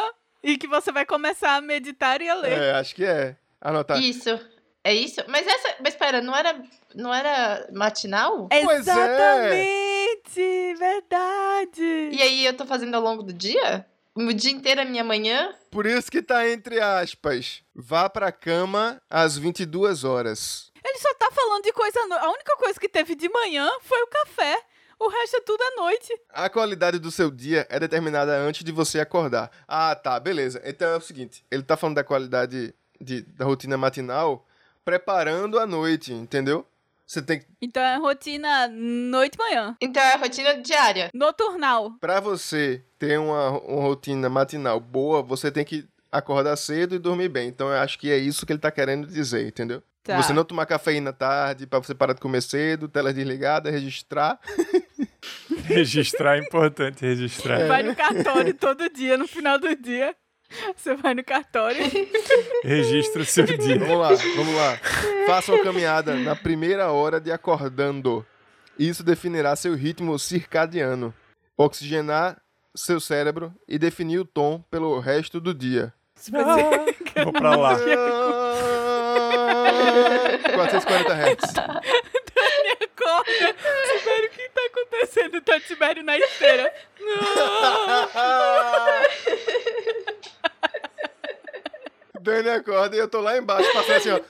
e que você vai começar a meditar e a ler. É, acho que é. Anotar. Isso. É isso? Mas essa. Mas pera, não era, não era matinal? Pois é. Exatamente! Verdade! E aí eu tô fazendo ao longo do dia? O dia inteiro, a minha manhã? Por isso que tá entre aspas. Vá pra cama às 22 horas. Ele só tá falando de coisa. à no- A única coisa que teve de manhã foi o café. O resto é tudo à noite. A qualidade do seu dia é determinada antes de você acordar. Ah, tá, beleza. Então é o seguinte, ele tá falando da qualidade de- da rotina matinal preparando a noite, entendeu? Você tem que Então é rotina noite-manhã. Então é a rotina diária. Noturnal. Pra você ter uma, uma rotina matinal boa, você tem que acordar cedo e dormir bem. Então eu acho que é isso que ele tá querendo dizer, entendeu? Tá. Você não tomar cafeína tarde, pra você parar de comer cedo, tela desligada, registrar. (laughs) Registrar é importante, registrar. É. Vai no cartório todo dia, no final do dia. Você vai no cartório. (laughs) Registra o seu dia. Vamos lá, vamos lá. Faça uma caminhada na primeira hora de acordando. Isso definirá seu ritmo circadiano. Oxigenar seu cérebro e definir o tom pelo resto do dia. Se você- Ah, Vou pra lá. (laughs) 440 Hz. acorda. Tibério, o que tá acontecendo? Tá Tibério na esteira. Dani acorda e eu tô lá embaixo, passando assim, ó.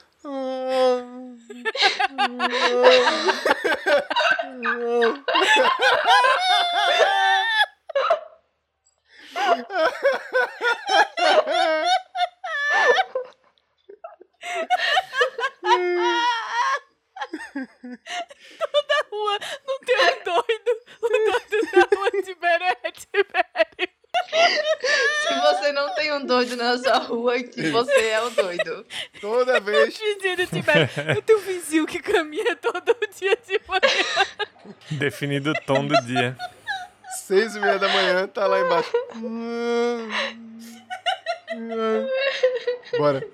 Na rua, não tem um doido. O doido da rua, Tibério é Tibério. Se você não tem um doido na sua rua, que você é o doido. Toda Os vez. vizinhos do Tibério. Eu tenho um vizinho que caminha todo dia de manhã. Definido o tom do dia. Seis e meia da manhã, tá lá embaixo. Bora.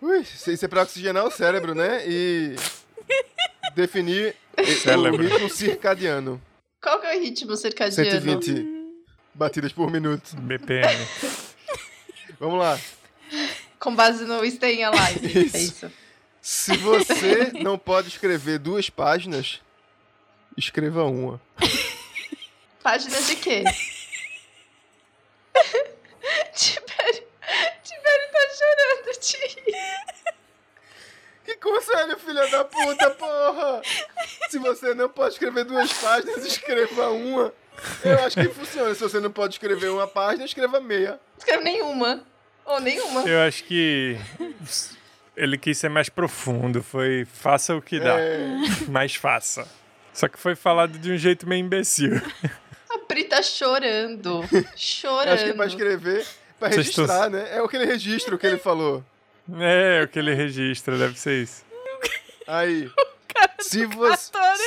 Ui, isso é pra oxigenar o cérebro, né? E definir Cérebro. o ritmo circadiano. Qual que é o ritmo circadiano? 120 batidas por minuto. BPM. Vamos lá. Com base no Stenha (laughs) Live. Isso. É isso. Se você não pode escrever duas páginas, escreva uma. Página de quê? (laughs) Tibério. Tibério tá chorando, Ti. Que conselho, filha da puta, porra! Se você não pode escrever duas páginas, escreva uma. Eu acho que funciona. Se você não pode escrever uma página, escreva meia. Não escreve nenhuma. Ou nenhuma. É. Eu acho que ele quis ser mais profundo. Foi faça o que dá, É, mas faça. Só que foi falado de um jeito meio imbecil. A Pri tá chorando. (laughs) eu acho que é Chorando. pra escrever, pra Vocês estão- registrar, né? É aquele registro que ele falou. É, o que ele registra, deve ser isso. Aí. cara Se você. cartório.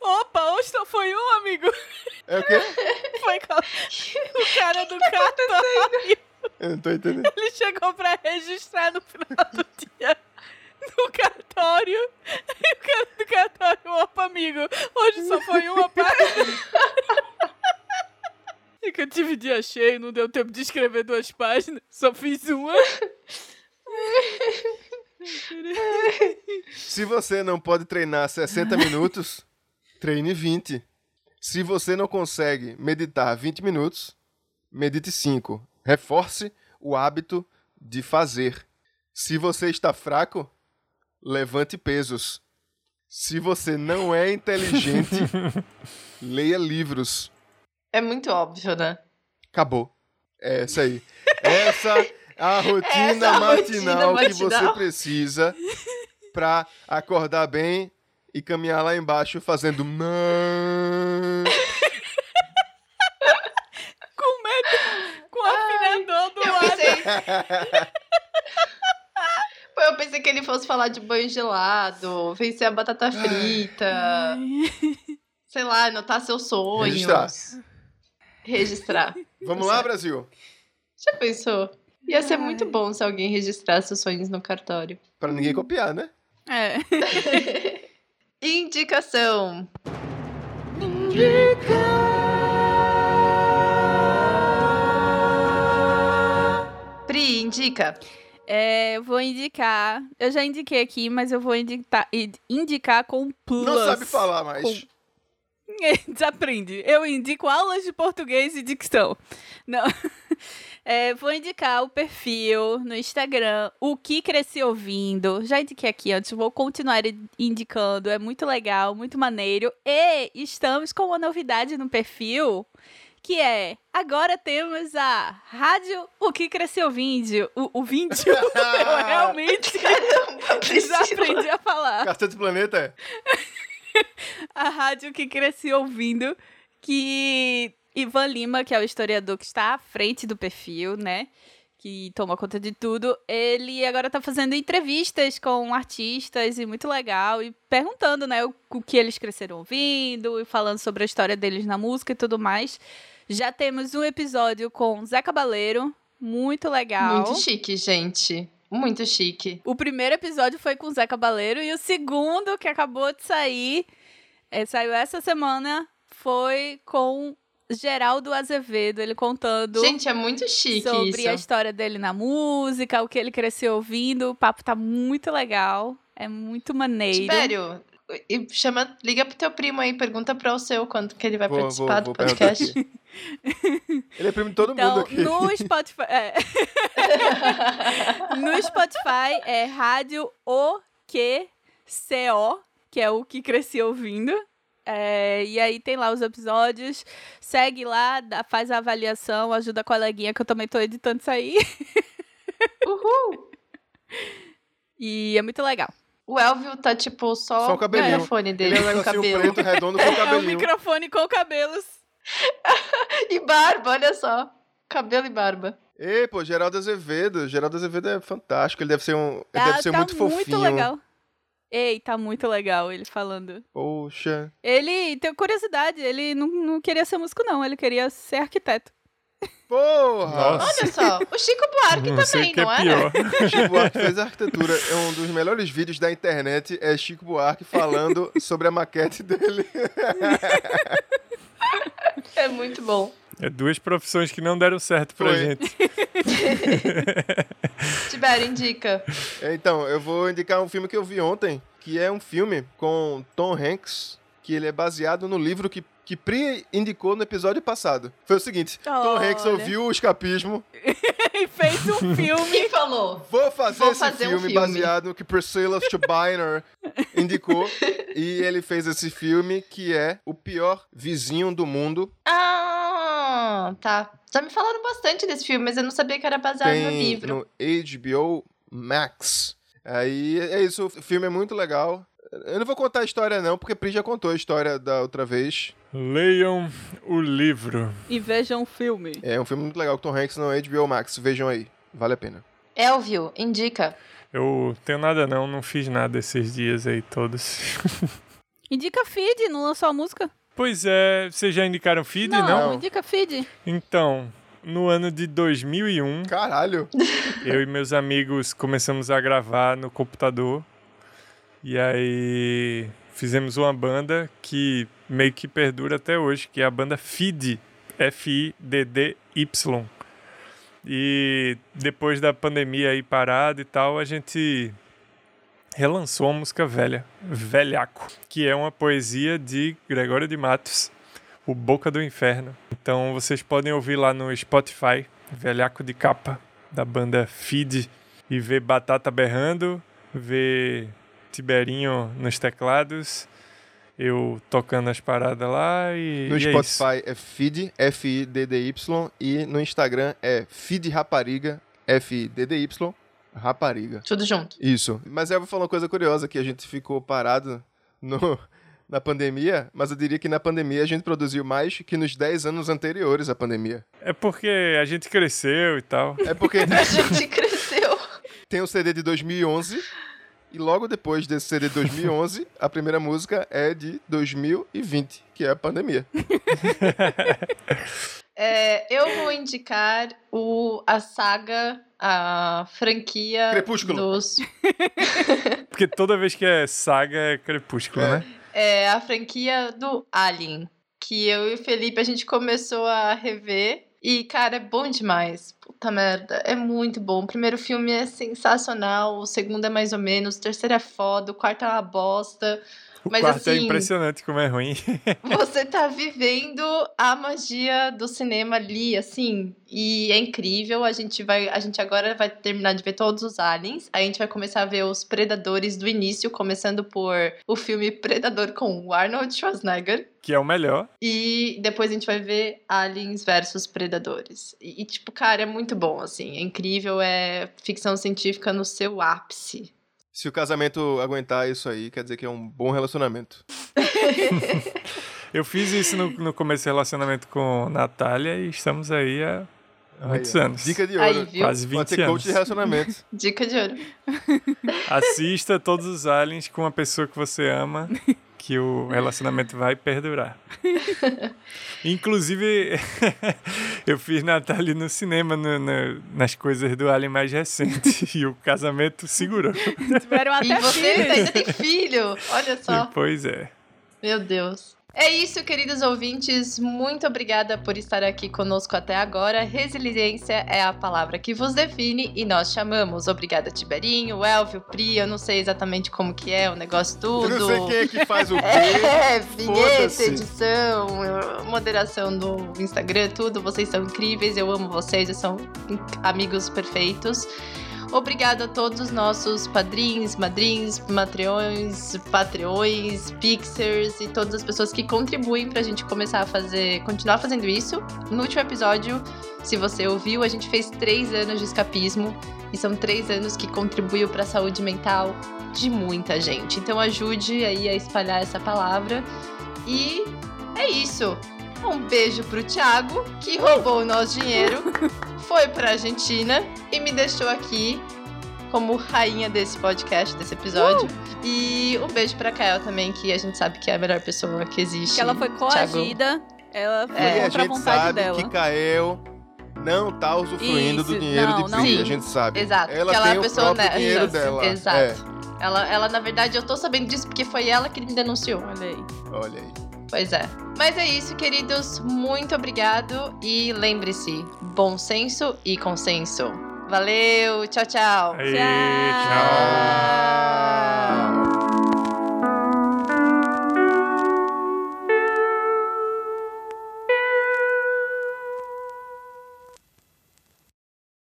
Opa, hoje só foi um, amigo. (laughs) É o quê? Foi com (laughs) o tá cara do (laughs) cartório. Eu não tô entendendo. Ele chegou pra registrar no final do dia no cartório. E o cara do cartório, opa, amigo, hoje só foi (laughs) uma página. É que eu tive dia cheio, não deu tempo de escrever duas páginas, só fiz uma. Se você não pode treinar 60 minutos, treine 20. Se você não consegue meditar 20 minutos, medite 5. Reforce o hábito de fazer. Se você está fraco, levante pesos. Se você não é inteligente, leia livros. É muito óbvio, né? Acabou. É essa (laughs) aí. Essa é a rotina Essa é a matinal rotina que você matinal. precisa pra acordar bem e caminhar lá embaixo fazendo. nã. Com medo, com o afinador do Eu lado. pensei. é (laughs) Pô, Eu pensei que ele fosse falar de banho gelado, vencer a batata frita, sei lá, anotar seus sonhos. Registrar. Registrar. Vamos lá, Brasil? Já pensou? Ia ser muito bom se alguém registrasse os sonhos no cartório. Pra ninguém copiar, né? (laughs) É. Indicação. Pri, indica. É, eu vou indicar. Eu já indiquei aqui, mas eu vou indicar, indicar com plus. Não sabe falar mais. Com- (laughs) Desaprende. Eu indico aulas de português e dicção. Não. (laughs) É, vou indicar o perfil no Instagram, o que cresci ouvindo. Já indiquei aqui antes, vou continuar i- indicando. É muito legal, muito maneiro. E estamos com uma novidade no perfil, que é agora temos a Rádio O que cresci ouvindo. O, o vídeo. Eu realmente já Priscila. aprendi a falar Cacete Planeta? é? (laughs) a rádio que cresci ouvindo, que Ivan Lima, que é o historiador que está à frente do perfil, né? Que toma conta de tudo. Ele agora tá fazendo entrevistas com artistas e muito legal. E perguntando, né, o, o que eles cresceram ouvindo, e falando sobre a história deles na música e tudo mais. Já temos um episódio com Zé Cabaleiro, muito legal. Muito chique, gente. Muito chique. O primeiro episódio foi com o Zé Cabaleiro e o segundo, que acabou de sair, eh, saiu essa semana, foi com Geraldo Azevedo, ele contando Gente, é muito chique sobre a isso. história dele na música, o que ele cresceu ouvindo. O papo tá muito legal, é muito maneiro. Espério. E chama, liga pro teu primo aí, pergunta pra o seu quanto que ele vai Vou- vou- É participar do vou perguntar podcast. aqui. Ele é primo de todo mundo Então, aqui. no Spotify, é, (laughs) no Spotify é rádio O Que CO, que é o que cresci ouvindo. É, e aí tem lá os episódios, segue lá, dá- faz a avaliação, ajuda a coleguinha que eu também tô editando isso aí. (laughs) Uhul! E é muito legal. O Elvio tá, tipo, só, Só o cabelinho. microfone Ele dele, é um o negocinho cabelo. preto, redondo, com É um cabelinho. microfone com cabelos. (laughs) E barba, olha só. Cabelo e barba. Ei, pô, Geraldo Azevedo. Geraldo Azevedo é fantástico. Ele deve ser um. Ele Tá, Ah, deve ser tá muito fofinho. legal. Ei, tá muito legal ele falando. Poxa. Ele tem curiosidade, ele não, não queria ser músico, não, ele queria ser arquiteto. (laughs) Porra! Nossa, Olha só, o Chico Buarque não sei também, o que é não é? pior. (laughs) Chico Buarque fez arquitetura. É um dos melhores vídeos da internet. É Chico Buarque falando sobre a maquete dele. É muito bom. É duas profissões que não deram certo pra Foi. gente. Tibério, indica. Então, eu vou indicar um filme que eu vi ontem, que é um filme com Tom Hanks, que ele é baseado no livro que, que Pri indicou no episódio passado. Foi o seguinte: Tom Hanks Olha. ouviu o escapismo. e fez (laughs) um filme. Quem falou? Vou fazer Vou esse fazer um filme, filme. baseado no que Priscilla (laughs) Schubiner indicou. E ele fez esse filme que é O Pior Vizinho do Mundo. Ah, tá. Já me falaram bastante desse filme, mas eu não sabia que era baseado Tá no Tem livro. no HBO Max. Aí é isso, o filme é muito legal. Eu não vou contar a história, não, porque Pri já contou a história da outra vez. Leiam o livro. E vejam um filme. É um filme muito legal, Tom Hanks no HBO Max. Vejam aí, vale a pena. Elvio, indica. Eu tenho nada não, não fiz nada esses dias aí todos. (laughs) Indica feed, não lançou a música? pois é, vocês já indicaram feed, não? não? indica feed. Então, no ano de 2001, Caralho! eu e meus amigos começamos a gravar no computador. E aí fizemos uma banda que meio que perdura até hoje, que é a banda FID, F-I-D-D-Y. E depois da pandemia aí parada e tal, a gente relançou a música velha, Velhaco, que é uma poesia de Gregório de Matos, o Boca do Inferno. Então vocês podem ouvir lá no Spotify, Velhaco de Capa, da banda Feed, e ver Batata berrando, ver Tiberinho nos teclados eu tocando as paradas lá e. No e é isso. Spotify é Feed, F-I-D-D-Y, e no Instagram é Feed Rapariga, F-I-D-D-Y, Rapariga. (laughs) Tudo junto. Isso. Mas eu vou falar uma coisa curiosa, que a gente ficou parado no- (laughs) na pandemia, mas eu diria que na pandemia a gente produziu mais que nos 10 anos anteriores à pandemia. É porque a gente cresceu e tal. É (laughs) porque A gente cresceu. tem um CD de 2011, e logo depois desse CD de 2011, a primeira música é de 2020, que é a pandemia. É, eu vou indicar o, a saga, a franquia Crepúsculo. dos. Porque toda vez que é saga é crepúsculo, É. né? É a franquia do Alien. Que eu e o Felipe a gente começou a rever. E, cara, é bom demais. Puta merda, é muito bom. O primeiro filme é sensacional, o segundo é mais ou menos, o terceiro é foda, o quarto é uma bosta. O Mas, quarto é assim, impressionante como é ruim. (laughs) Você tá vivendo a magia do cinema ali, assim, e é incrível. A gente vai, a gente agora vai terminar de ver todos os aliens. Aí a gente vai começar a ver os predadores do início, começando por o filme Predador com o Arnold Schwarzenegger. Que é o melhor. E depois a gente vai ver Aliens versus Predadores. E, e, tipo, cara, é muito bom, assim. É incrível, é ficção científica no seu ápice. Se o casamento aguentar isso aí, quer dizer que é um bom relacionamento. Eu fiz isso no, no começo do relacionamento com Natália e estamos aí há muitos Aí, ó. anos. Dica de ouro. Aí, viu? Quase Pode 20 ser coach anos. de (laughs) relacionamento. Dica de ouro. Assista todos os aliens com uma pessoa que você ama, que o relacionamento vai perdurar. (laughs) Inclusive, (laughs) eu fiz Natália no cinema, no- no- nas coisas do Alien mais recente, (laughs) e o casamento segurou. Tiveram até e vocês filhos. ainda têm filho! Olha só. Pois é. Meu Deus. É isso, queridos ouvintes. Muito obrigada por estar aqui conosco até agora. Resiliência é a palavra que vos define e nós chamamos. Obrigada, Tiberinho, Elvio, Pri. Eu não sei exatamente como que é o negócio tudo. Eu não sei quem é que faz o quê. É, vinheta, Foda-se. edição, moderação do Instagram, tudo. Vocês são incríveis, eu amo vocês, vocês são in- amigos perfeitos. Obrigada a todos os nossos padrinhos, madrinhos, matreões, patreões, pixers e todas as pessoas que contribuem pra gente começar a fazer, continuar fazendo isso. No último episódio, se você ouviu, a gente fez três anos de escapismo e são três anos que contribuiu pra saúde mental de muita gente. Então ajude aí a espalhar essa palavra. E é isso. Um beijo pro Thiago, que roubou o nosso (laughs) dinheiro, foi pra Argentina e me deixou aqui como rainha desse podcast, desse episódio. Uh! E um beijo pra Kael também, que a gente sabe que é a melhor pessoa que existe. Que ela foi coagida, ela foi É, e a contra a gente vontade sabe dela. que Cael não tá usufruindo Isso, do dinheiro não, de não. Pri, Sim, a gente sabe. Exato. Ela que ela tem é uma o pessoa próprio honesta. dinheiro Isso, dela. É, Exato. Ela, ela, na verdade, eu tô sabendo disso porque foi ela que me denunciou. Olha aí. É, olha aí. Pois é. Mas é isso, queridos. Muito obrigado e lembre-se, bom senso e consenso. Valeu, tchau, tchau. Aí, Tchau. tchau. tchau.